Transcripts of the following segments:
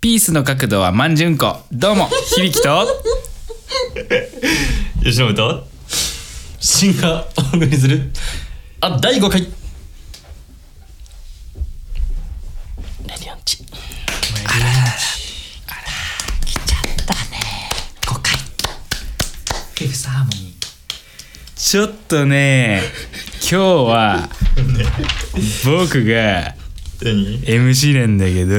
ピースの角度は万順子どうも響と吉野とシンがお送りするあ第5回ラディオンチあら来ちゃったね5回ケフスハーモニちょっとね今日は僕がー MC なんだけど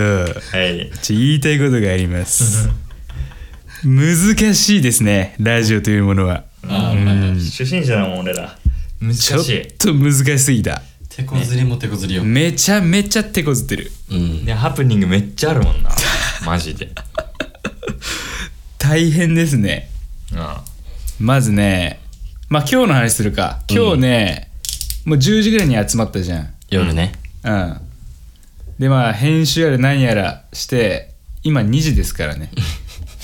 何はいちょ言いたいことがあります難しいですねラジオというものは初心者だもん俺ら難しちょっいと難しすぎた手こずりも手こずりよ、めちゃめちゃ手こずってるうんねハプニングめっちゃあるもんなマジ で大変ですねあまずねまあ今日の話するか今日ね、もう10時ぐらいに集まったじゃん夜ねうんでまあ編集やら何やらして今2時ですからね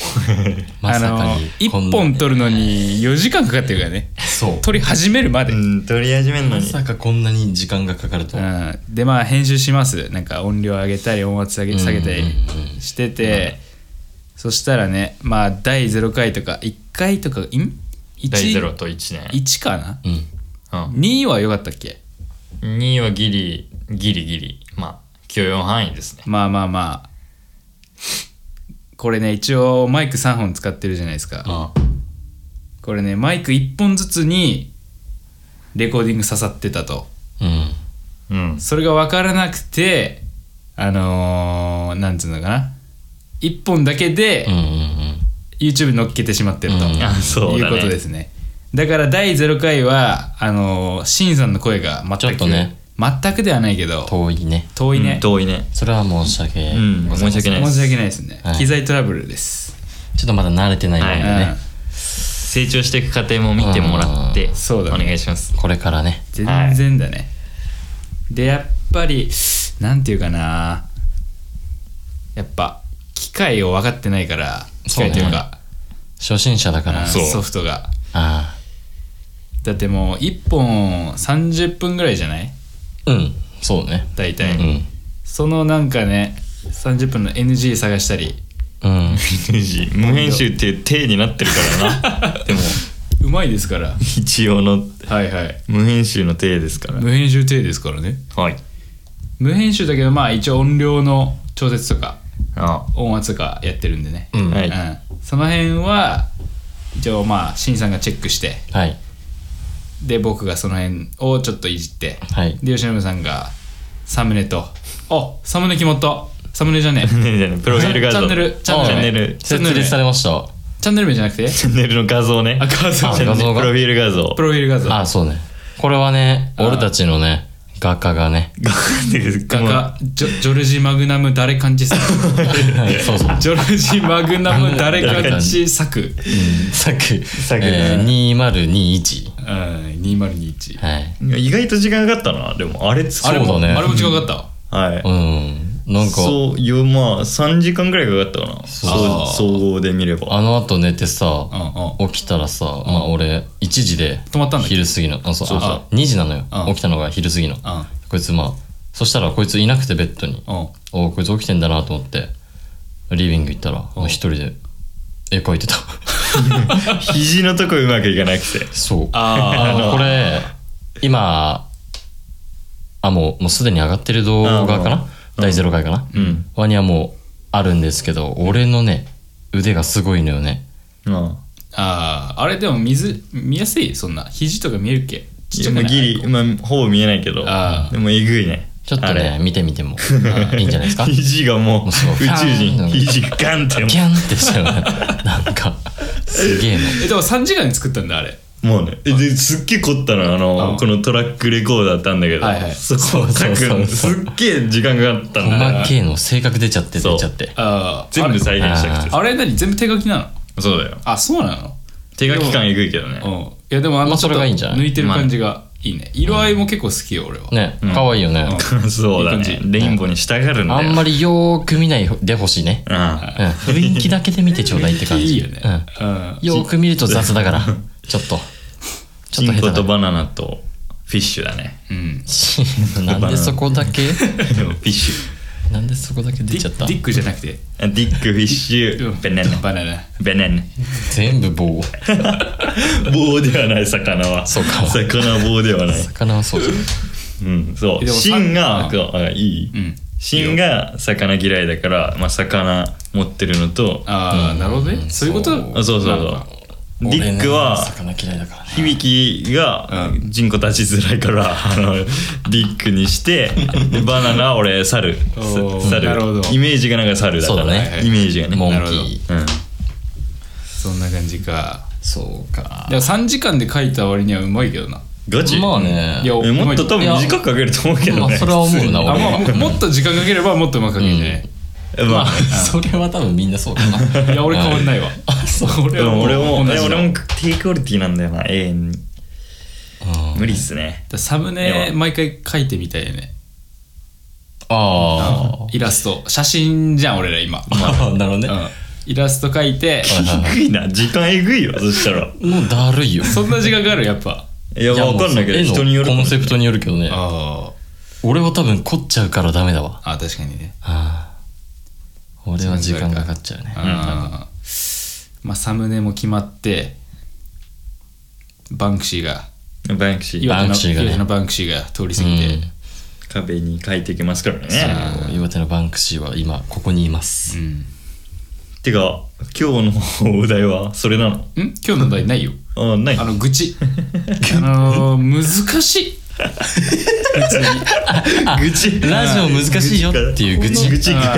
まさか1にこんな本撮るのに4時間かかってるからねそう撮り始めるまで、ううんん取り始めんのまにさかこんなに時間がかかるとはでまあ編集しますなんか音量上げたり音圧下げ下げたりうんうんうんしてて、そしたらねまあ第0回とか1回とかん 1, 第0と1年1かなうんうん2は良かったっけ2はギリギリギリまあ許容範囲ですねまあまあまあこれね一応マイク3本使ってるじゃないですかあこれねマイク1本ずつにレコーディング刺さってたとうんうんそれが分からなくてあのー、なんつうのかな1本だけでうんうん YouTube に乗っけてしまってると、うんいうあそうだねことですねだから第0回はあのー、シンさんの声が全くちょっとね全くではないけど遠いね遠いね、遠いねそれは申し訳うん申し訳ないで申すし訳ないですね、はい機材トラブルです、ちょっとまだ慣れてないようなうね、ん成長していく過程も見てもらっうてんそうだねお願いしますこれからね全然だね、でやっぱりなんていうかなやっぱ機械を分かってないから機そ械うねというか初心者だかうんらそうソフトがあだってもう1本30分ぐらいじゃないあうんそうね大体、うんそのなんかね30分の NG 探したりうん 無編集っていう体になってるからなでもうまいですから一応のはいはい無編集の体ですから無編集体ですからねはい無編集だけどまあ一応音量の調節とかあ音圧とかやってるんでね、うんはいうん、その辺は一応まあシンさんがチェックしてはいで僕がその辺をちょっといじってはいで吉野さんがサムネとあサムネ決まったサムネじゃね えねえじゃねプロフィール画像チャンネルチャチャンンネネルルチチャンネ設ル立さ名れましたチャンネル名じゃなくてャンネルの画像ねあ画像チャンネルあ画像がプロフィール画像プロフィール画像ああそうねこれはね俺たちのね画家がね画画家ジョジョルジ・マグナム誰感じ作はいそうそうジョルジ・マグナム誰感じ作、さっき、さっきえー、2021。うん、2021は い。意外と時間かかったなでもあれあれそもうだね、あれも違かったわはいうん。なんか、そういうまあ3時間ぐらいかかったかなあそうー総合で見ればあの後寝てさ、うんうん起きたらさ、まあ俺、1時で、泊まったんだっけ昼過ぎの、あそうそうそうあ2時なのよ、うん起きたのが昼過ぎの。うんこいつまあ、そしたらこいついなくてベッドに。うんおこいつ起きてんだなと思って、リビング行ったら、もう一人で絵描いてた。 肘のとこうまくいかなくてそう。ああのこれ今あもうもうすでに上がってる動画かあな第0回かな、うんワニはもうあるんですけど俺のね腕がすごいのよねうんあーあれでも水見やすいそんな肘とか見えるっけちっちゃくまなあいギリ、まあ、ほぼ見えないけどあーでもえぐいねちょっとあれね見てみてもあいいんじゃないですかギ肘がもうも宇うそう宙人ファーン肘がガンってもャンってしたよねなんかすげえのえでも3時間で作ったんだあれうもうねえですっげえ凝ったのあうのんこのトラックレコーダーだったんだけど、はいはいそこを書そうくそうのそすうっげえ時間かかったんだ細けえの性格出ちゃってそう出ちゃってあー全部再現したくてあれあれ何全部手書きなのそうだよあそうなの手書き感えぐいけどねうんいやでもあまのあそれがいいんじゃない抜いてる感じがいいね色合いも結構好きよ俺はね可愛いよね、 そうだねいい感レインボーに従うんだよあんまりりよーく見ないでほしいね、うんあうん、雰囲気だけで見てちょうだいって感じいいよねうんうんよーく見ると雑だからちょっとちょチっとンコ下手とだバナナとフィッシュだねうんチンコなんでそこだでけもフィッシュなんでそこだけ出ディちゃったディックじゃなくてディック、フィッシュ、ベネン。バナナベネン。全部棒棒ではない、魚は。そうか魚は棒ではない。魚はそうじゃんうん、そでもう。さ芯うが、んそうあいい。うん芯が魚嫌いだから、まあ、魚持ってるのと、ああ、なるほどねそういうことそうあそうそうなのそかう。ディックは、俺ね魚嫌いだからね響きがう人口立ちづらいから、あのディックにしてでバナナは俺猿おーさ猿なるほどイメージがなんか猿だからそうだねイメージがねモンキなるほどーうんそんな感じかそうかでも3時間で書いた割にはうまいけどなガチまあねいやえもっと多分いや短く書けると思うけどまねあそれは思うなあ、俺まあ、もはもっと時間かければもっとうまく書けるね、まあまあ それは多分みんなそうだないや俺変わ んないわ そう俺ではも俺も同えじだ俺も低クオリティなんだよな永遠に無理っすねだサムネ毎回書いてみたいよねあーイラスト写真じゃん俺ら今、あ ーなるほどねうん、イラスト描いてえぐいな時間えぐいよそしたらもうだるいよそんな時間かかるやっぱいやいやわかんないけどもう人によるか絵のコもンしセれないプトによるけどねあ俺は多分凝っちゃうからダメだわあ確かにねあー俺は時間かかっちゃうねあーまあサムネも決まってバンクシーがバンクシーやバンクシーがね岩手のバンクシーが通り過うぎて、ん壁に書いていきますからね岩手のバンクシーは今ここにいますうんてか今日のお題はそれなのん今日の題ないよあないあの愚痴あのー難しい 愚痴ラジオ難しいよっていう愚痴愚痴が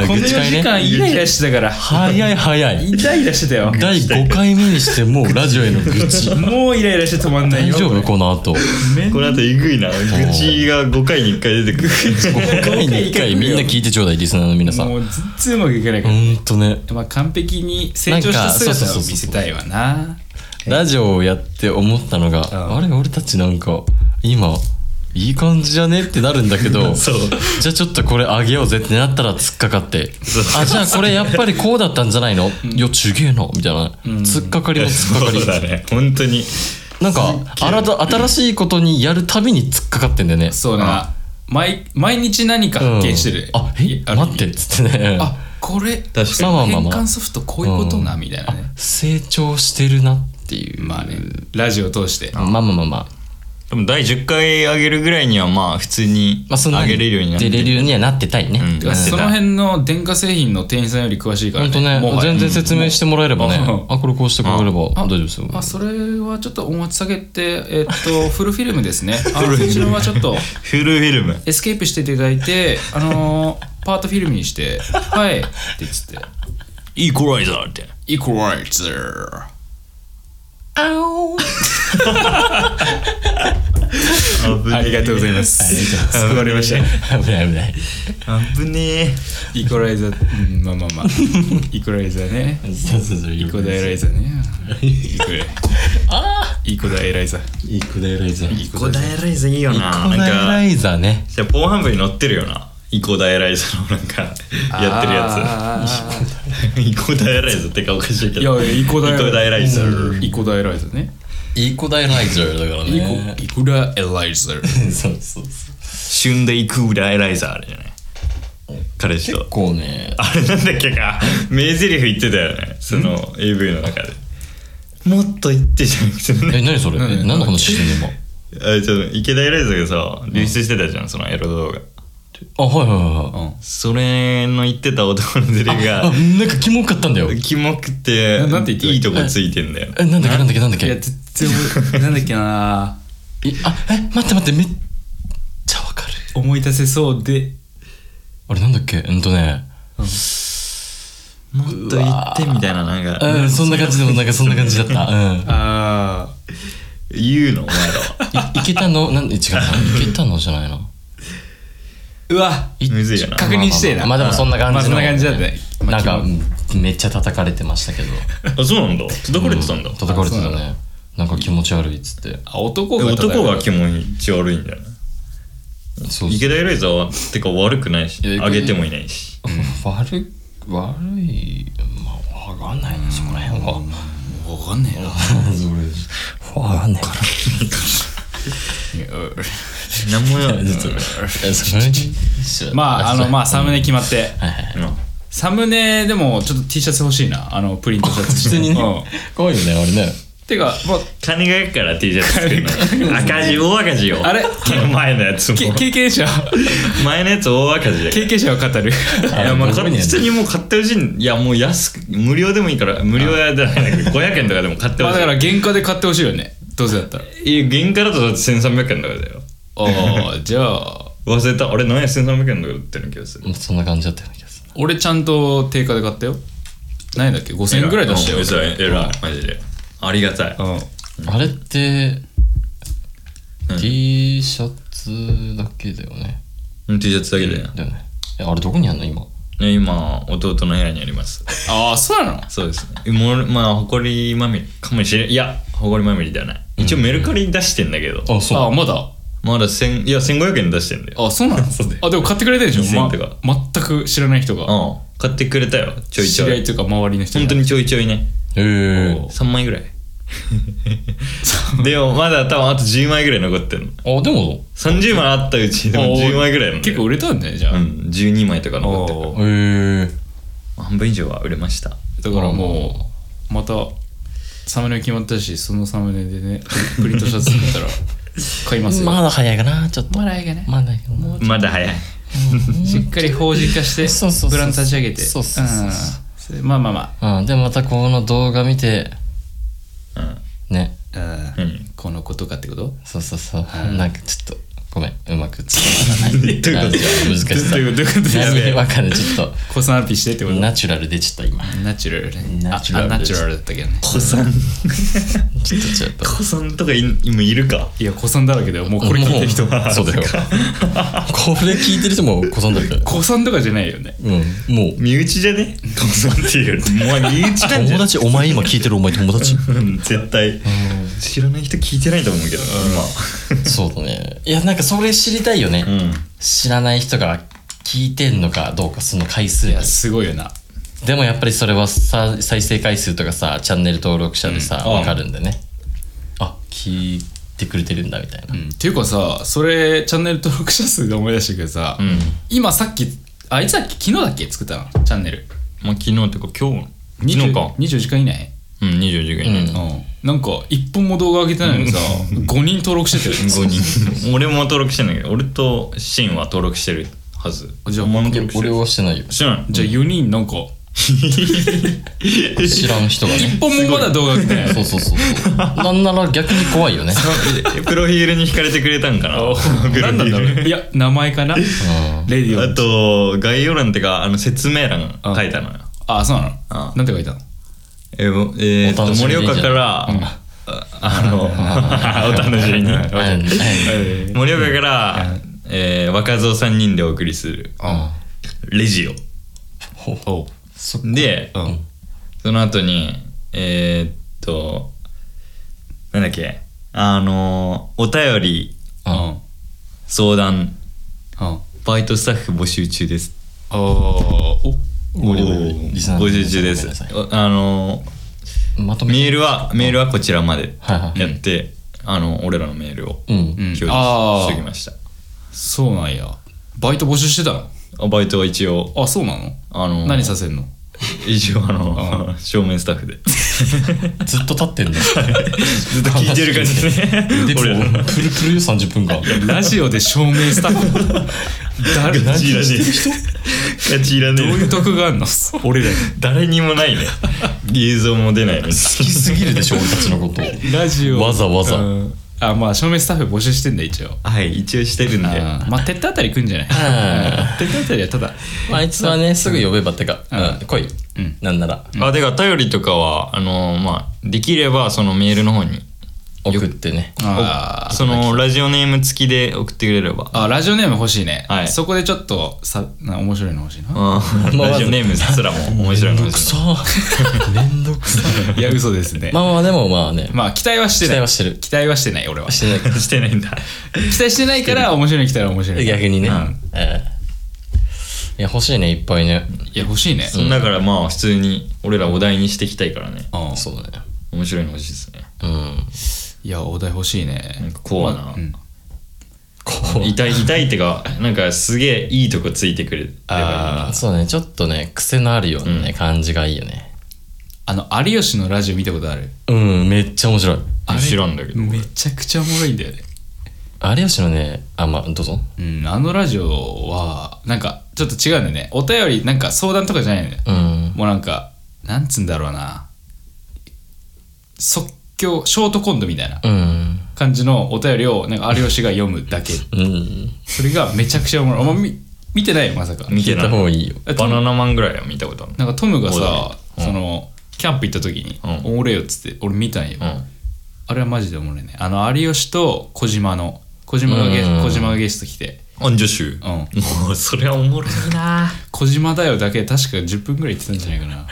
うんこの愚4痴会時ね間イライラしてたから早い 早いイライラしてたよ第5回目にしてもうラジオへの愚痴もうイライラして止まんない大よ丈夫この後この後えぐいな愚痴が5回に1回出 てくる5回に1回みんな聞いてちょうだいリスナーの皆さんもほう全然うまくいかないから、んとねまあ、完璧に成長した姿を見せたいわなラジオをやって思ったのがあれ俺たちなんか今いい感じじゃねってなるんだけど そうじゃあちょっとこれあげようぜってなったら突っかかってあじゃあこれやっぱりこうだったんじゃないのいやちげえなみたいな突っかかりも突っかかりそうだね本当になんか新た新しいことにやるたびに突っかかってんだよねそうな、毎毎日何か発見してる、うんあいえあの待ってっつってねあこれかに変まあまあまあまあ換ソフトこういうことな、うんみたいなね成長してるなっていうまあねラジオ通してまあまあまあまあでも第10回あげるぐらいにはまあ普通にまあそんなあげれるようになって出れるようにはなってたいね、うんてかその辺の電化製品の店員さんより詳しいから、ほね、んとねもはや全然説明してもらえればね、うんあこれこうしてこれればあ大丈夫ですよあそれはちょっと音圧下げてえっとフルフィルムですね あそちらはちょっとフルフィルムエスケープしていただいてあのーパートフィルムにしてはいって言ってイコライザーって「イコライザー」ありがとうございますわかりました危ない危ない危ねえイコライザー、うん、まあまあ まあイコライザーねそうそうそうイコダエライザーねイコ イコダエライザーイコダエライザーイイコダエライザーいいよコなダエラなんかイザーねじゃあポンハンブに載ってるよなイコダエライザーのなんかやってるやつ つイコダエライザーってかおかしいけいやどいやイコダエライザーザーイコダエライザーねイコダエライザーだからイコねイコダエライザー そうそうそう旬でイクダエライザーあるじゃない彼氏と結構ねあれなんだっけか名台詞言ってたよねその AV の中でもっと言ってじゃなくてえね何それ何え何の話してんのあちょっと池田エライザーがさ流出してたじゃんそのエロ動画今あはいはいはいはいそれの言ってた男のセリフあがなんかキモかったんだよキモくてななんて言ってたいいとこついてんだよえなんだっけなんだっけなんだっいやけ全然なんだっけなえあえ待って待ってめっちゃわかる思い出せそうであれなんだっけうんとねもっと言ってみたいななんうかんそんな感じでもなんかそんな感じだったうんあ言うのお前らはいいけたの なん違うないけたのじゃないなーうわむずいよな確認してえなまあまあまあまあでもそんな感じのまあそんな感じだったねなんかうんめっちゃ叩かれてましたけど あそうなんだ叩かれてたんだ叩かれてたあそうなねなんか気持ち悪いっつってあ男えが男が気持ち悪いんじゃないそう池田エライザーはてか悪くないしいやあげてもいないし悪い悪いまあわかんないねそこら辺は分かんねえなわかんない何も よ実はえそれにまああのまあサムネ決まってはいはいはいサムネでもちょっと T シャツ欲しいなあのプリントシャツ普通にねうん怖いよね俺ねてかもう金がいくから T シャツ作るの赤字大赤字よあれ前のやつもけ経験者 前のやつ大赤字だよ経験者 は語るいやまああ普通にもう買ってほしいんいやもう安く無料でもいいから無料やで500円とかでも買ってまほあしだいから原価で買ってほしいよねどうせだったらえ原価だとだって1300円とかだあよ あじゃあ忘れたあれ何や1300円とか売ってる気がするそんな感じだったような気がする俺ちゃんと定価で買ったよ何円だっけ5000円ぐらい出したよえらいえらいマジでありがたいうんあれって、T シャツだけだよね。うん T シャツだけでだよね。えあれどこにあんの今。ね今弟の部屋にありますああそうなのそうですねもうまあ埃まみれかもしれんいや埃まみれではない一応メルカリに出してんだけど、あ、あそあまだまだ千いや1500円出してんだよあ そうなのあでも買ってくれてるでしょ、ま2000とか、全く知らない人がうん買ってくれたよちょいち知ょり合いいというか周りの人本当に にちょいちょいねう。へえ。 3枚ぐらいでもまだ多分あと10枚ぐらい残ってんのあ、でも、 30枚あったうちでも10枚ぐらいなの結構売れたんだよねじゃあ、うん12枚とか残ってるかおーへえ。ら半分以上は売れましただからもうまたサムネ決まったしそのサムネでねプリントシャツ作 ったら買いますよ、まだ早いかな、ちょっと。まだ早いかねまだ早いかな。まだ早いしっかり法人化してそうそうそうブランド立ち上げてそうそうそうそれまあまあまうん、で、またこの動画見て、うんね。あ、うん何このことかってことそうそうそう。なんかちょっと、ごめん、うまく伝わらない。どういうことなんか難しさどう。いうことどういうことや何べでえわかんない、ちょっ子さんピしてってと。ことナチュラルでちょっと今。ナチュラルねナチュラルああナチュラルだったけどね子さんちょっとちょっと。子さんとかい今いるかいや子さんだらけだよもうこれ聞いてる人人は そうだよ。これ聞いてる人も子さんだけど。子さんとかじゃないよねうん、もう。身内じゃね子さんっていうよりもう身内なんじゃ友ない達、お前今聞いてるお前 友達。うん絶対知らない人聞いてないと思うけどなそうだね。いや、なんかそれ知りたいよね。今うん知らない人が聞いてんのかどうか、その回数いやや。すごいよなでもやっぱりそれはさ再生回数とかさ、チャンネル登録者でさ、うんわかるんでね。あ、聞いてくれてるんだみたいな。うんっていうかさそれチャンネル登録者数で思い出したけどさ、うん今さっきあいつだっけ昨日だっけ作ったのチャンネルまあ昨日ってか今日昨日か20時間以内うん24時間以う内んうんなんか一本も動画上げてないのにさ5人登録してたよ ね5人俺も登録してんだけど俺とシンは登録してるはずじゃあお前もいや登録して俺るはしてないよ。知らないじゃあ4人なんか知らん人が一ね。本もまだ動画上げてない そうそうそうそう。なんなら逆に怖いよね。プロフィールに惹かれてくれたんかなプロフィール何なんだろう いや名前かなレディオンあと概要欄ってかあの説明欄書いたのよあそうなあのなんて書いたのえーえーっおと楽しみに盛岡から、ああの お楽しみにうん。うん盛岡から、えー若造3人でお送りするうんレジオほうおうそっかで、んその後にえーっとなんだっけあのお便りうん相談うんバイトスタッフ募集中ですあーおおいおいおいリスナーの募集中でごめんなすさいおあのまとめてメールはメールはこちらまではいはいやって、あの俺らのメールをうんん表示あーしてきました、そうなんやバイト募集してたのあバイトは一応あそうなのあの何させんの一応あの正面スタッフでずっと立って んだずっと聞いてる感じねでも俺らのプルプルよ30分間ラジオで証明スタッフ誰ガどチいらねえガチいらねうえいう得があんの俺ら誰にもないね映像も出ないのに好きすぎるでしょ俺たちのことにラジオわざわざうんあまあ証明スタッフ募集してんだ一応はい一応してるんであーまあてったあたり来んじゃない あてったあたりはただあいつはねすぐ呼べばってかうん来いなんならあてか頼りとかはあのまあできればそのメールの方に送ってねあーそのラジオネーム付きで送ってくれればあラジオネーム欲しいね、はいそこでちょっとさな面白いの欲しいなうんラジオネームすらも面白いのくそめんどくさ いや嘘ですねまあまあでもまあねまあ期待はしてない期待はしてる期待はしてない俺はしてないかしてないんだ期待してないから面白いの来たら面白らい逆にねうんええいや欲しいねいっぱいねいや欲しいねだからまあ普通に俺らお題にしていきたいからねうんそうだね面白いの欲しいですねうんいいやお題欲しいねなんかコアな、うんこう痛い痛いってかなんかすげえいいとこついてくるあーそうねちょっとね癖のあるようなね、感じがいいよねあの有吉のラジオ見たことあるうんめっちゃ面白いあれ知らんだけどめちゃくちゃおもろいんだよね有吉のねあまあどうぞうんあのラジオはなんかちょっと違うんだよねお便りなんか相談とかじゃないのようんもうなんかなんつうんだろうな即興ショートコントみたいなうん感じのお便りをなんか有吉が読むだけうんそれがめちゃくちゃおもろいあんまみ見てないよまさか見聞ていなたい方がいいよえバナナマンぐらいは見たことあるなんかトムがそうさだ、そのキャンプ行った時に「うおもれよ」っつって俺見たんよ、うんあれはマジでおもろいねあの有吉と小島の小島がゲうん小島がゲスト来てアンジュシュうんもうそれはおもろいいいな小島だよだけ確か10分ぐらい言ってたんじゃないかな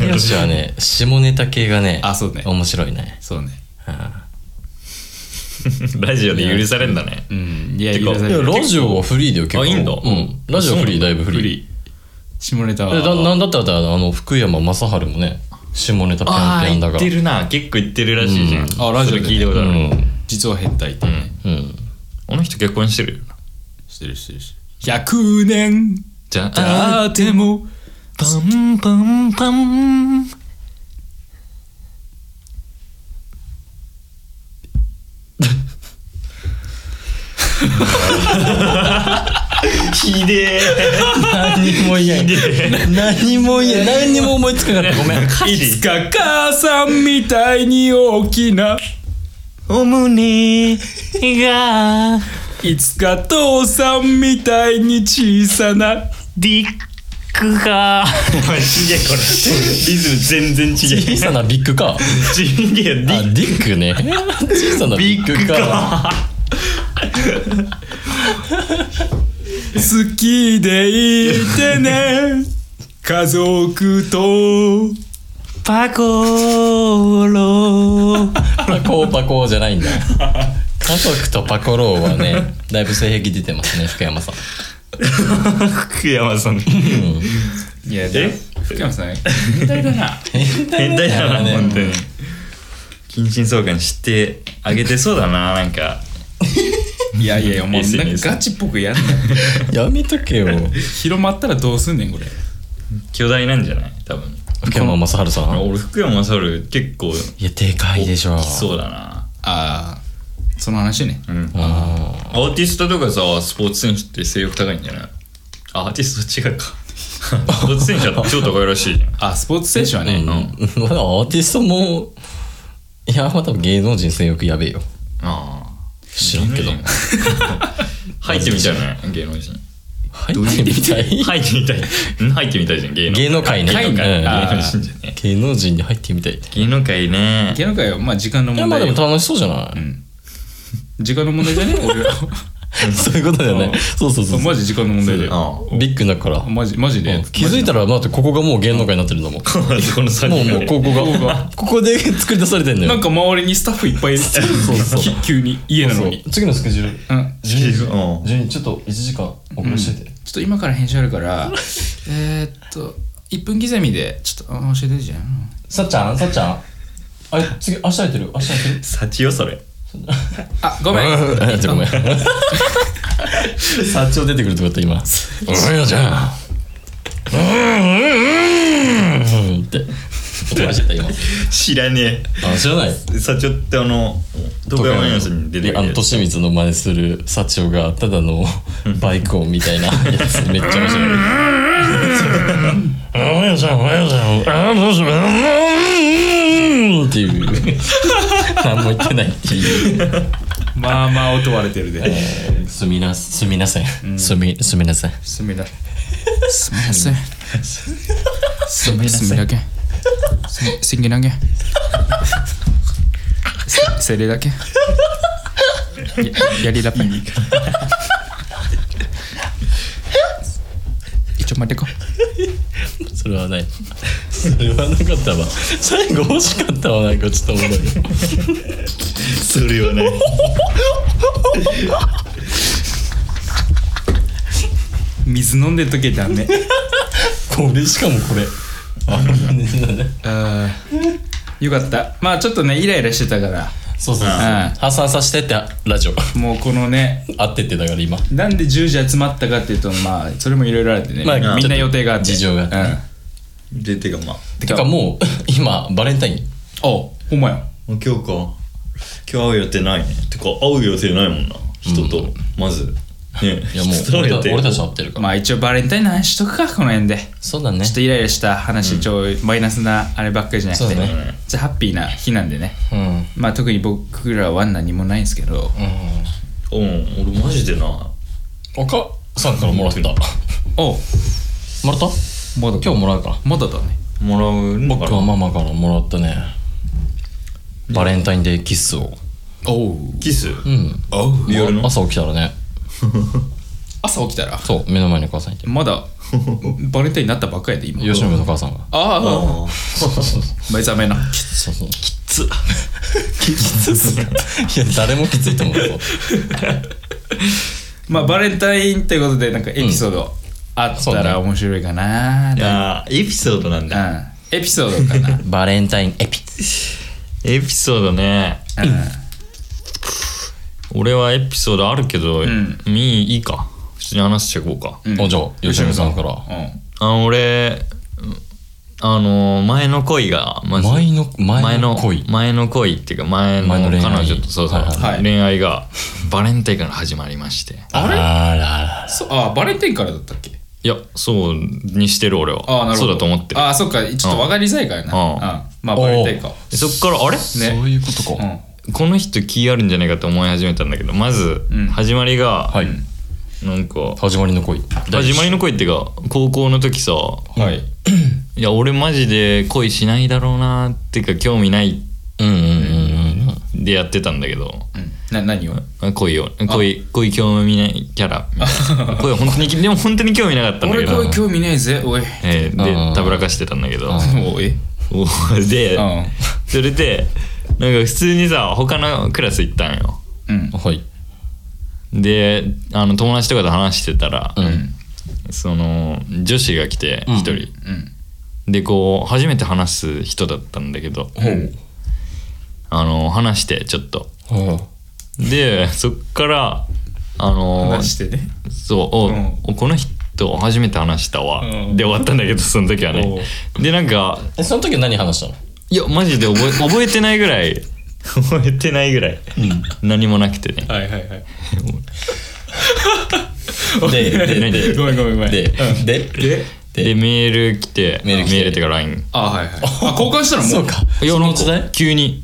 あ有吉はね下ネタ系がねあそうね面白いねそうねラジオで許されんだねうんいやてか許さいれやるラジオはフリーだよ結構あいいんだうんラジオフリーだいぶフリーフリー下ネタはでだなんだったらあの福山雅治もね下ネタああピャンピャン言だかっらてるな結構言ってるらしいじゃん、うんあラジオでそれ聞いたことあうる、ん実は変態ってね、うんあの人結婚してるよなしてるしてるしてる100年じゃああってもパンパンパンひでえ何も言えん何も言えん何にも思いつかなかったごめんいいで画家さんみたいに大きなお胸がいつか父さんみたいに小さなディックがちげえこれリズム全然ちげえ小さなビッグかちげえディあッディックね小さなビッグか好きでいてね家族とパコロパコーパコーじゃないんだ家族とパコローは ねだいぶ性癖出てますね福山さんク福山さんいやえ福山さん変態だな変態だなね本当に近親相関してあげてそうだななんかいやいやいやもうなん SNS かガチっぽくやんなやめとけよ広まったらどうすんねんこれ巨大なんじゃない多分福山雅治さん俺福山雅治結構いやでかいでしょ来そうだなああその話ねうんあアーティストとかさスポーツ選手って性欲高いんじゃないあアーティスト違うか スポーツ選手は超高いらしいじゃんあスポーツ選手はーうねんまだアーティストもいやまだ芸能人性欲やべえよああ知らんけど芸能人 入ってみたいね芸能人入ってみた い入ってみたいうん入ってみたいじゃん芸能芸能界ね芸能界うん芸能人じゃね芸能人に入ってみたいい芸能界ね芸能界はまあ時間のや問まあ題でよも楽しそうじゃない、時間の問題 じゃね俺らそういうことだよねうんそうそうそうマジ時間の問題だよあ あビッグだからマジマジでうん気づいたらだってここがもう芸能界になってるんだもんこの3もう人もう ここがここで 作り出されてんだよなんか周りにスタッフいっ ぱいいるき急に家なのにそう次のスケジュールうん12時うん12ちょっと1時間遅らしてて、ちょっと今から編集あるから えーっと1分刻みでちょっとあ教えてじゃんさっちゃんさっちゃんあれ次明日空いてる明日空いてる幸よそれあごめん あちょごめん社長出てくるとこだった今「うんよじゃん」うんうんうんうんって音がしてた今知らねあ知らないえ社長ってあの東海オンエアに出ていやあの利光の真似する社長がただのバイク音みたいなやつめっちゃ面白い「うんよじゃんうんよじゃんあーどうしよううんうんうん」っていう何も言ってないっていう。まあまあ音割れて るですみなすみなせん、すみすみなせんすみだすみませんすみませんすみだけすみすぎだけせせりだけややりだっぺ一応待ってこそれはないそれはなかったわ最後欲しかったわなんかちょっとおもろいするよね水飲んでる時ダメこれしかもこれあねあーよかったまあちょっとねイライラしてたからそうそうそううん発散させてってラジオもうこのねあってってだから今なんで10時集まったかっていうとまあそれもいろいろあってね、まあみんなちょ予っと定があって事情があってねでてかまあうん、てかもう今バレンタインあほんまやもう今日か今日会う予定ないねてか会う予定ないもんな人と、まずね いやもう人と会俺う予た定俺たち会ってるから、まあ一応バレンタインの話しとくかこの辺でそうだねちょっとイライラした話、ちょいマイナスなあればっかりじゃなくそてうだねじゃあハッピーな日なんでねうんまあ特に僕らは何もないんですけど、ううん俺マジでなん赤さんからもらったもらっおうたまだ今日もらうからまだだねもらうのか僕はママからもらったねバレンタインデーキッスをおうキスうんおう夜の朝起きたらね朝起きたらそう目の前にお母さんいてまだバレンタインになったばっかりやで今吉野部の母さんがあああ目覚めなそうそうきつきつっすねいや誰もきついと思うよまあバレンタインってことでなんかエピソードあっそうたねら面白いかな、いやーエピソードなんうだんエピソードかなバレンタインエピエピソードね俺はエピソードあるけど、んみーいいか普通に話していこうか、うんおじゃあ吉野部さんからうん、うんあの俺あの前の恋がまず前の前前のの恋前の恋っていうか前の前の恋愛彼女とそうそう、はいはいはい恋愛がバレンタインから始まりましてあれあ らそあバレンタインからだったっけいやそうにしてる俺はああなるほどそうだと思ってるああそっかちょっと分かりづらいからな、うんうんまあバレンタインかでそっからあねれ、そういうことうかんこの人気あるんじゃないかと思い始めたんだけどまずうん始まりが、はいなんか始まりの恋始まりの恋っていうか高校の時さ、はい、いや俺マジで恋しないだろうなっていうか興味ないうんうんうんうんでやってたんだけどうん、な何を恋を恋恋興味ないキャラ みたいな恋は本当にでも本当に興味なかったんだけ俺どこ、れ興味ねえぜおいえーうんでたぶらかしてたんだけどおいお でうんそれでなんか普通にさ他のクラス行ったんようんはいであの友達とかと話してたら、うんその女子が来てうん一人、うんでこう初めて話す人だったんだけど、あの話してちょっとはでそっからあの話してねそうお、うんおこの人初めて話したわ、うんで終わったんだけどその時はねでなんかあえその時何話したのいやマジで 覚え覚えてないぐらい覚えてないぐらい、何もなくてねはいはいはいでで何 でごめんごめんごめんででででメール来てメール来てメールっていうか LINE あはいはいあ交換したらもそうかいやそなのんか時代急に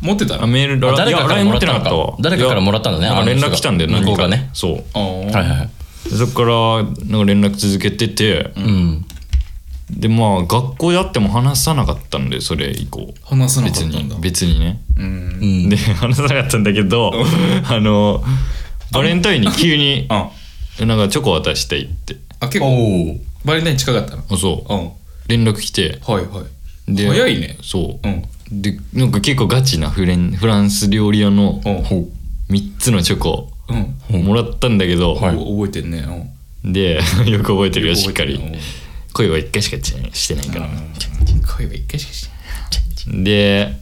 持ってたあのメールあい誰やかから LINE も持らっなってたのかったわか誰かからもらったんだねいやあの連人が絡来たんだよ向こ何うがかねそうあーはいはいでそっからなんか連絡続けてて、うんでまあ学校であっても話さなかったんでそれ以降話さなかっ別たんにだ別にねうんうんで話さなかったんだけどあのバレンタインに急にあなんかチョコ渡したいってあ結お構おバレンタイン近かったのあそううん連絡来てはいはいで早いねそう、うんでなんか結構ガチなフレンフランス料理屋のうんほ3つのチョコうんもらったんだけど、はいお覚えてんねうんで よく覚えてるよしっかり覚えてるよ恋は一回しかしてないから恋は一回しかしないで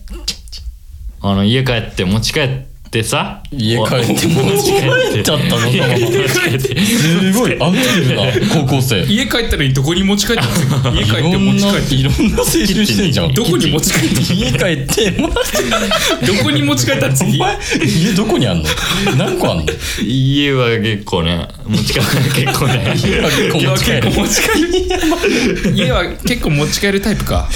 あの家帰って持ち帰ってさ家帰ってお持 ち帰って持ちゃったの家 帰ってすごい合ってるな高校生家帰ったらどこに持ち帰ったの家帰って持ち帰っていろんないろんな青春してんじゃんどこに持ち帰っ家帰ってもらってたどこに持ち帰ったのお次前家どこにあんの何個あんの家は結構ね持ち帰って結構ね結構持ち帰る結構持ち帰る家は結構持ち帰るタイプか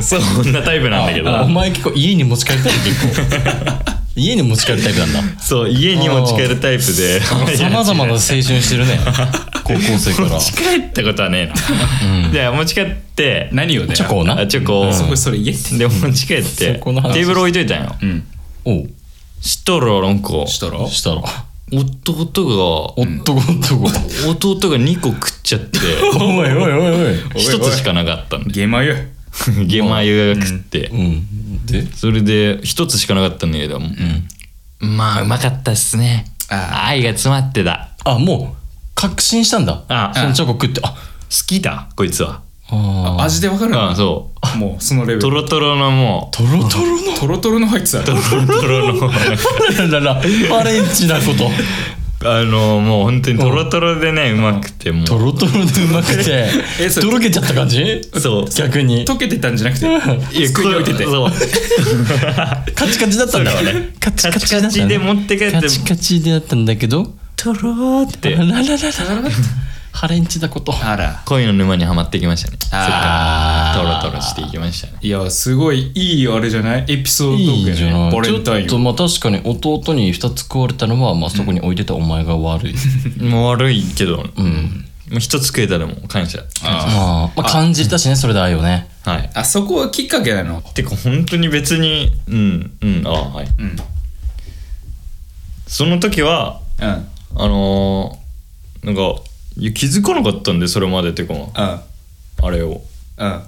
そうそんなタイプなんだけあおど前結構家に持ち帰りたい結構家に持ち帰るタイプなんだそう家に持ち帰るタイプ でさまざまな青春してるね高校生から持ち帰ったことはねえな、で持ち帰って何をねチョコをなあチョコを、そこそれ家ってで持ち帰ってそテこの話ーブル置いといたんようんおうしたらなんかしたらしたら弟おっとこおっとこが弟が2個食っちゃって おいおいおいおいい1つしかなかったん でゲマよゲマ湯が食って、うんでそれで1つしかなかったんだけど、まあうまかったっすねあ愛が詰まってたあもう確信したんだあそのチョコ食ってあ好きだこいつはあ味でわかるのうんそうもうそのレベトルロトロのもトロトロのトロトロの入ってたうトロトロのあららパレンチなこと あのもう本当にトロトロでねうまくてもトロトロでうまく てえそれとろけちゃった感じうそう逆に溶けてたんじゃなくていや机に置いててそうカチカチだったんだよねカチカチカチで持って帰ってカチカチでだったんだけどトローってあらららららハレンチだことあら恋の沼にはまってきましたねそっからあートロトロしていきましたねいやすごいいいあれじゃないエピソードトーいクいじゃやねないバレンタインちょっとまあ確かに弟に2つ食われたのは、まあ、そこに置いてたお前が悪い、もう悪いけど、うもん、う一つ食えたらもう感謝あまあ、まあ感じたしねそれで愛をねはいあそこはきっかけなのてか本当に別にうんうんあはいうんその時はうんあのー、なんかいや気づかなかったんでそれまでてかうんあれをうんあ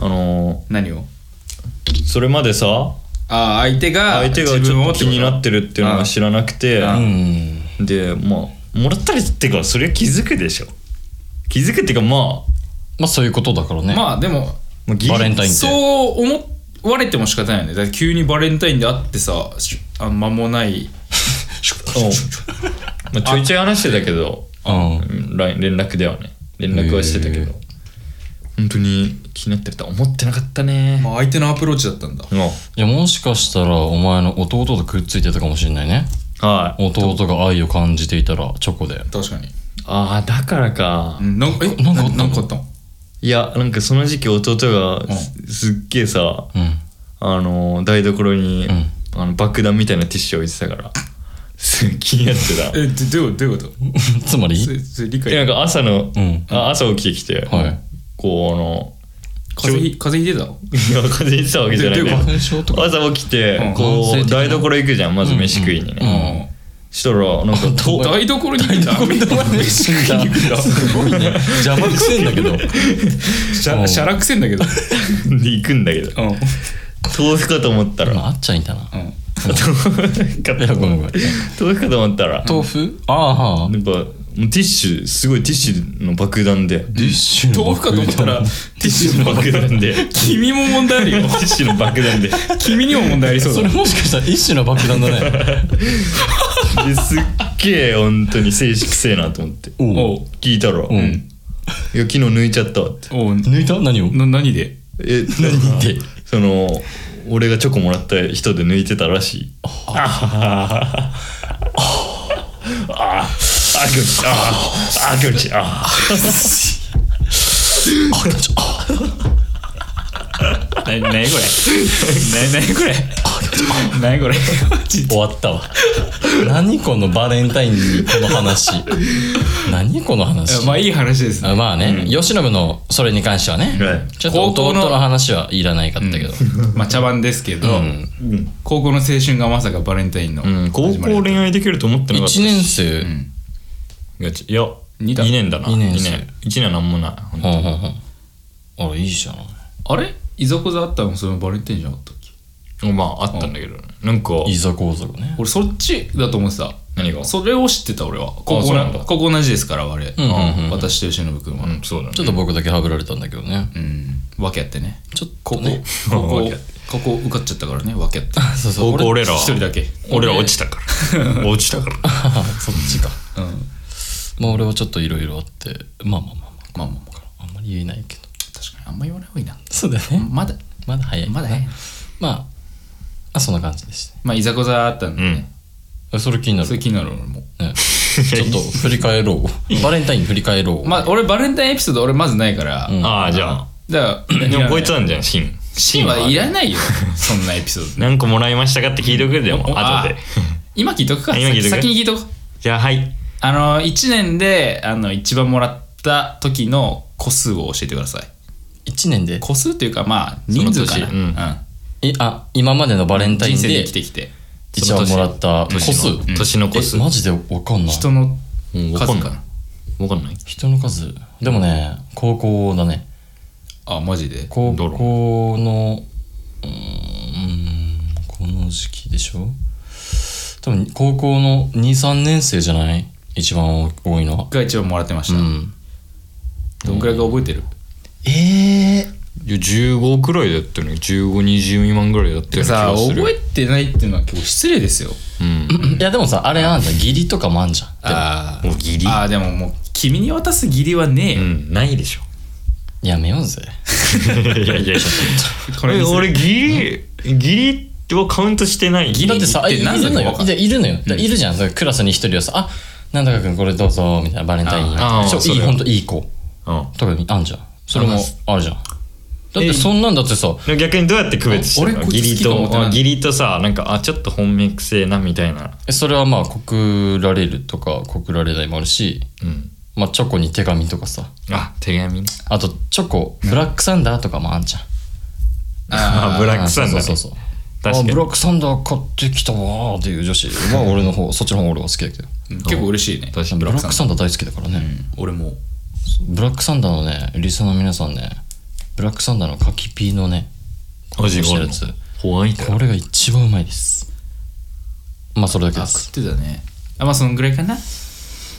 の何をー、それまでさああ相手が相手がちょっと気になってるるっていうのが知らなくてああうんでまあもらったりってかそれは気づくでしょ気づくっていうか まあまあそういうことだからね、まあでもまあギリバレンタインってそう思われても仕方ないよねだって急にバレンタインで会ってさしあ間もないうんまあ、ちょいちょい話してたけどうんうんライン連絡ではね連絡はしてたけへどー本当に気になってるとは思ってなかったねまあ相手のアプローチだったんだもいやもしかしたらお前の弟とくっついてたかもしれないねうはい弟が愛を感じていたらチョコで確かにああだからかうんなんかえなんかあったのなんかあったのいやなんかその時期弟がすすっげえさうん あのー台所にんあの爆弾みたいなティッシュ置いてたからすっ気になってたえどどういうどういうことつまりそれそれ理で解なんか朝の、うんあ朝起きてきて、はいこうあの風邪ひ風邪ひいてたのいや風邪ひいてたわけじゃないけでどで花粉症とか朝起きて、うん慢性こう的な台所行くじゃんまず飯食いにね、うんしたらなんかと台所にいた死んだすごいね 邪魔くせえんだけど しゃしゃらくせんだけどで 行くんだけどうんうん豆腐かと思ったら今あっちゃんいたな豆腐かいやごめんごめん豆腐かと思ったら豆腐ああなんかもうティッシュすごいティッシュの爆弾でディッシュの豆腐かと思ったら爆弾ティッシュの爆爆弾弾でテ君も問題あるよ ィッシュの爆弾で君にも問題ありそうそだれもしかしたら一種の爆弾だねですっげえ本当に正式せえなと思っておうおう聞いたら、いや昨日抜いちゃったわっておう抜いた何をな何でえ何ってその俺がチョコもらった人で抜いてたらしいあああああぐちああぐちあ何 これ何これ何これ終わったわ何このバレンタインにこの話何この 話まあいい話ですねあまあね、吉信のそれに関してはね、はいちょっと高校弟のの話はいらないかったけど、まあ茶番ですけどん高校の青春がまさかバレンタインのうん高始まり校恋愛できると思ってなかったし1年生、いやちいや二 2, だ年だな二2年年生1年なんもないほんとほんほんほんあらいいじゃんあれいざこざあったのそのバレンタインじゃなかったっけまああったんだけどねなんかいざこうざこね俺そっちだと思ってた何がそれを知ってた俺は高そ校うななんだ高校同じですから我々んうんうんうん私と由伸君はうんそうだねちょっと僕だけはぶられたんだけどね、うん訳あってねちょっ とねここ訳あっここ受かっちゃったからね訳あ ってそうそう高校俺らは一人だけ俺ら落ちたから落ちたからあそっちかうんまあ俺はちょっといろいろあってまあまあまあままあまあまあああんまり言えないけど確かにあんま言わない方がいいなそうだねまだまだ早いかなまだねまああそんな感じでしたねまあいざこざあったんでねあそれ気になるそれ気になる俺もね、ちょっと振り返ろう。バレンタイン振り返ろう。まあ俺バレンタインエピソード俺まずないからんああじゃあだからでもこいつはなんじゃん芯芯はいら ないよそんなエピソード何個もらいましたかって聞いとくでもおあ後で 今聞いとくか今聞いとく先に聞いとくじゃあはいあの1年であの一番もらった時の個数を教えてください1年で。個数というかまあ人数かな、その年うんいあ、今までのバレンタイ人ン生でで生きてきて一番もらった個数。年の年の個数えマジでわかんない。人のうんわ数かんかないなわかんない人の数。でもね、高校だね。あマジで高どれ校の、うーん、この時期でしょ多分高校の2、3年生じゃない一番多いのは。が一番もらってましうた、ん。どんくらいか覚えてるええいや15くらいだったよね1520未満ぐらいだったような気さがする覚えてないっていうのは結構失礼ですようん、いやでもさあれあんじゃん義理とかもあんじゃんであももうギリああーでももう君に渡す義理はねえうよ、んない でしょやめようぜいやいやいやこれえにする俺ギリギリはカウントしてないだってさっていいなんだるのよかわかんいやいるのよだいるじゃんそれクラスに一人はさ「あなんだか君これどうぞ」みたいなバレンタインああそうそれいいほんといい子うんとかにあんじゃんそれあもあるじゃんだってそんなんだってさでも逆にどうやって区別してるあの俺こい義つ好き理かもとってなるあ義理とさなんかあちょっと本命くせえなみたいなえそれはまあ告られるとか告られないもあるし、うんまあ、チョコに手紙とかさあ手紙ねあとチョコブラックサンダーとかもあんじゃんあブラックサンダーねあそうそうそう確あかブにラックサンダー買ってきたわーっていう女子は俺の方そっちの方が俺は好きだけど結構嬉しいね確かにブブララッッククササンンダーダー大好きだからね、俺もブラックサンダーのねリスナーの皆さんねブラックサンダーの柿ピーのね味があるこうしたやホワイトこれが一番うまいですまあそれだけであす食ってたねあまあそのぐらいかな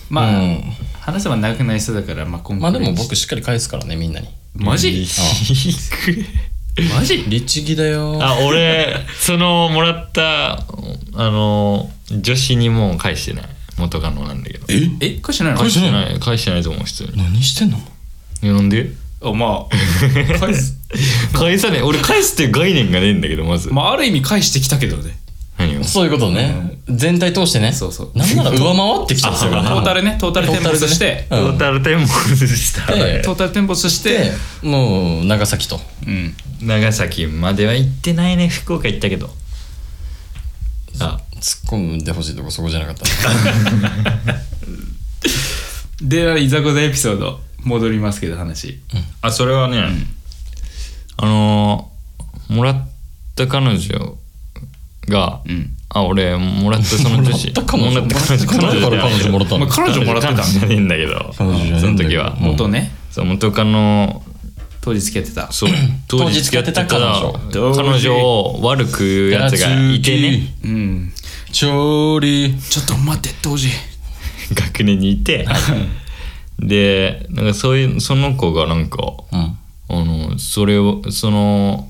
まあ、うん話せば長くなりそうだからまあ今ま回あでも僕しっかり返すからねみんなにマジマジ律儀だよあ俺そのもらったあの女子にもう返してない元カノなんだけどええこれしないの返してない返してないと思う普通に何してんのえなんで あまあ返す返さねえ俺返すっていう概念がねえんだけどまずまあある意味返してきたけどね何をそういうことね、全体通してねそうそうなんなら上回ってきちゃったトからねータルねトータルトーテンタボルでスねしてトータルテンボスしたでトータルテンボスしてでもう長崎とうん長崎までは行ってないね福岡行ったけどあ突っ込んでほしいとこそこじゃなか ったでいざこざエピソード戻りますけど話あそれはね、あのーもらった彼女が、んあ俺もらったその女子もらった彼女もらった彼女彼女もらったまのあ彼女もらってたんじゃねえんだけど彼女じゃねえんだそのけど時は、うん元ねそう元カノ当時付き合ってた そう当時付き合ってた彼当女時彼女を悪く言うやつがいてねうん調理ちょっと待って当時学年にいてでなんかそういうその子がなんかうんあのそれをその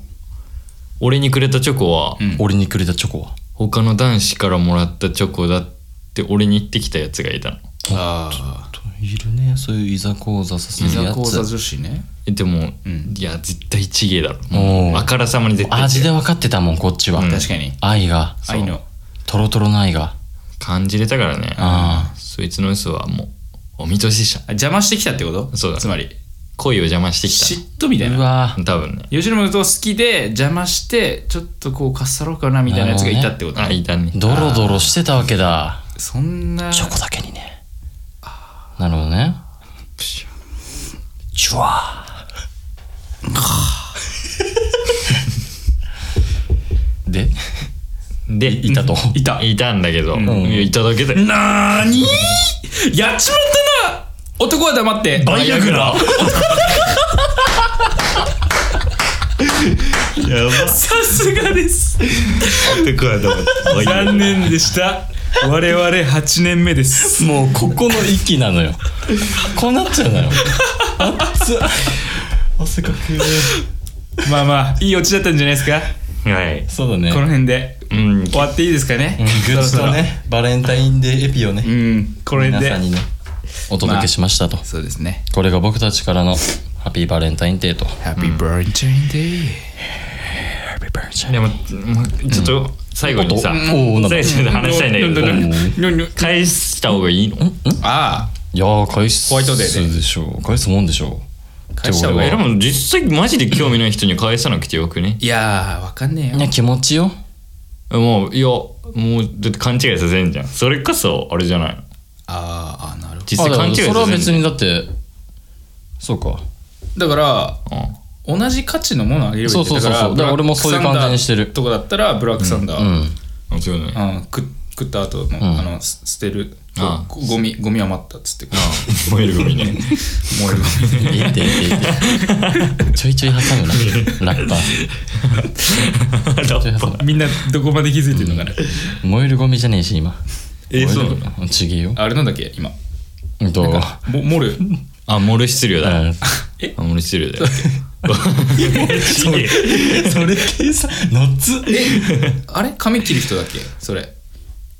俺にくれたチョコは、俺にくれたチョコは他の男子からもらったチョコだって俺に言ってきたやつがいたのあいるねそういういざ講座させあいるやざつこざ女子ねえでも、んいや絶対ちげえだろおーあからさまに絶対味で分かってたもんこっちは、うん確かに愛が愛のトロトロの愛が感じれたからねあそいつの嘘はもうお見通しでしたあ邪魔してきたってことそうだつまり恋を邪魔してき嫉妬みたいうなわた多分ね吉野のことを好きで邪魔してちょっとこうかっさろうかなみたいなやつがいたってことあいたねドロドロしてたわけだそんなチョコだけにねなるほどねチュワーででいたといたいたんだけど、んいやいただけでなーにーやっちまったな男は黙ってバイアグラやばさすがですってくわと思って残念でした我々8年目ですもうここの息なのよこうなっちゃうのよ汗かくまあまあいいオチだったんじゃないですかはいそうだねこの辺でうん終わっていいですかねグッそろとそろねバレンタインデーエピをねうんこれ皆さんでにねお届けしましたと、そうですねこれが僕たちからのハッピーバレンタインデーと Happy Valentine Day でももうちょっと最後にさ、うんおーなんだ最初に話したいんだけどさ、うんうん返した方がいいのああいやー返すホワイトデーででしょう返すもんでしょう返した方がいえいでも実際マジで興味ない人に返さなくてよくねいやーわかんねえよね気持ちよもういやもうだって勘違いさせんじゃんそれこそあれじゃないのあーあーなるほ実際あ勘違いでさもせんそれは別じゃんにだってそうかどだから同じ価値のものをあげればいいってそうそうそうそだからうだから俺もそういう感じにしてるブラックサンダーとこだったらブラックサンダー、うんうんそうだねうん食食った後の、あのす捨てるあごゴミゴミ余ったっつってこう燃えるゴミ ね燃えるゴミええってええって ええちょいちょい挟むなラッパーラッパみんなどこまで気づいてるのかな、燃えるゴミじゃねえし今えそうなののちげえよあれなんだっけ今うんともモルあモル質量だうんあモル質量だよそれそれ計算夏あれ髪切る人だっけそれ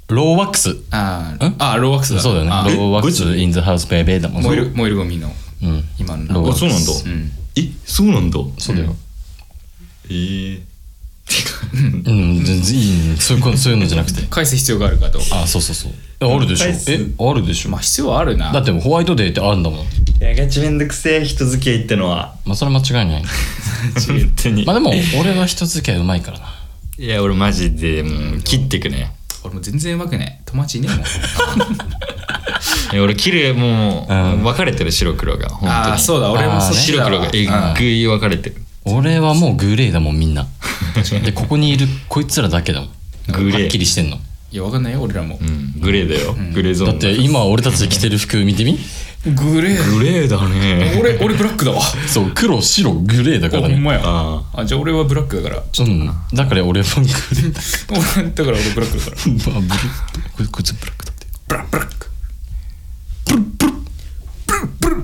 ローワックスあんーあローワックスだそうだよねあローワックスインザハウスベイベーだもんモイルモイルゴミのうん今のロー名ワあ前そうッなんだ、うん えそうなんだそうだよ えー、てかうん全然いいねそういうことそう いうのじゃなくて返す必要があるかとあそうそうそうえあるでしょ返すえあるでしょまあ必要はあるなだってもうホワイトデーってあるんだもんいやガチめんどくせえ人付き合いってのはまあそれは間違いない 本当にまあでも俺は人付き合いうまいからないや俺マジでもう切ってくね俺も全然うまくねえ友達いねえもんいや俺切るもう、うん分かれてる白黒が本当あにあそうだ俺もそっち白だ黒わがえうんぐい分かれてる俺はもうグレーだもんみんなでここにいるこいつらだけだもんグレーはっきりしてんのいやわかんないよ俺らもうんグレーだよ、グレーゾーだンって今俺たち着てる服見てみグレーグレーだね俺俺ブラックだわそう黒白グレーだあからほんねまやああじゃあ俺はブラックだからうんだから俺はグレーだ俺だから俺ブラックだからまあブルこいこいつブラックだってブラッブラック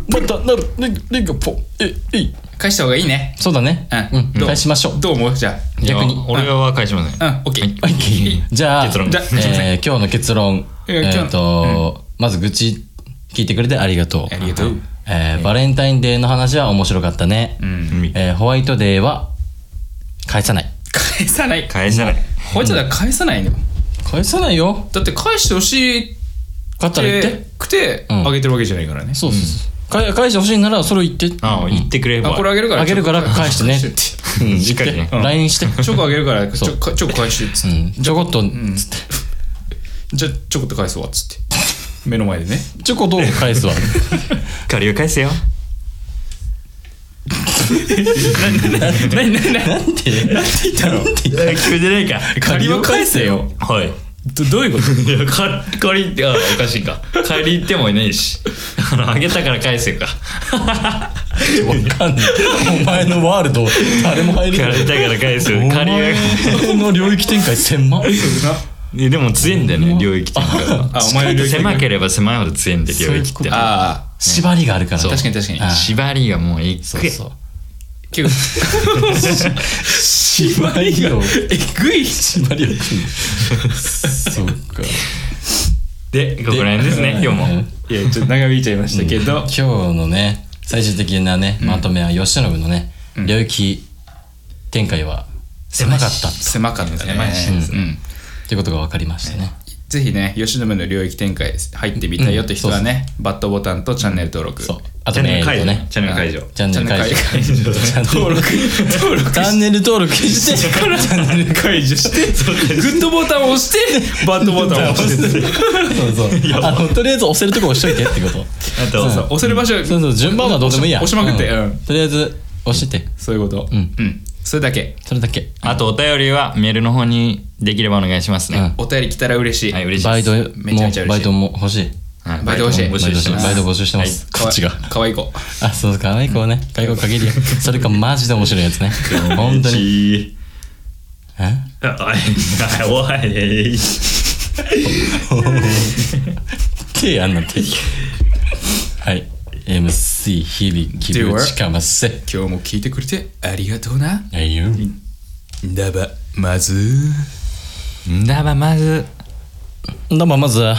またなるレンレンガポンええい返した方がいいねそうだねうんうんどう返しましょうどう思うじゃあ逆にいや俺は返しません、あうんオッケーはいじゃあ結論じゃあえー今日の結論いやえ今日のーっとまず愚痴聞いてくれてありがとうありがとうえーバレンタインデーの話は面白かったねうんえーホワイトデーは返さない返さない返さないほいじゃ返さないの返さないよだって返してほしいっ勝ったら言っててくてうんあげてるわけじゃないからねそうそうそう返返してほしいならそれを言ってああ言ってくれればあこれあげるからあげるから 返してねってうんしっかり言っねて LINE してチョコあげるから チそうョコチョコ返してっつってうんちょこっとつってじゃあチョコって返すわっつって 目の前でねチョコどう返すわ借りを返せよ何何 何なんてなんて言ったのいや聞こえてないか借りを返せよはいどどういうこといやか借りってあおかしいか借りってもいないしあのあげたから返せかわかんないお前のワールド誰も入れない借りたから返せお借り前の領域展開千万がでも強いんだよね領域っていうのがあお前の領域狭ければ狭いほど強いんで領域ってあ縛りがあるからあね確かに確かにあ縛りがもういそうくそう結構 縛りをえぐい縛りを組 むそうかでここら辺ですね今日もいやちょっと長引いちゃいましたけど、今日のね最終的なねまとめは吉野のね、領域展開は狭かったっ狭かったね狭いしうんうんていうことが分かりましたねぜひね吉野部の領域展開入ってみたいよって人はね、バットボタンとチャンネル登録そうあチとャンメネルー解ルと除ねねチャンネル解除チャンネル解除チャンネル解除登録登録 チャンネル登録して からチャンネル解除してグッドボタンを押してバッドボタンを押してそうそうあのとりあえず押せるとこ押しといてっ てこあとと押せる場所そうそう順番はどうでもいいや押しまくってうんうんとりあえず押しててそういうことんうん、それだけそれだけあとお便りはメールの方にできればお願いしますねお便り来たら嬉しい、はい嬉しいバイトもめちゃめちゃ嬉しいバイトも欲しいはいバイト欲しい募バイ集トしてますバイト募集してます、かこわっちがかわいい子あそうかわいい子ね外国限りよそれかマジで面白いや つね本当ににえおい 手やんな手はい MC 響きぶちかませ今日も聞いてくれてありがとうなはいよだばまずんだばまずどうもまずは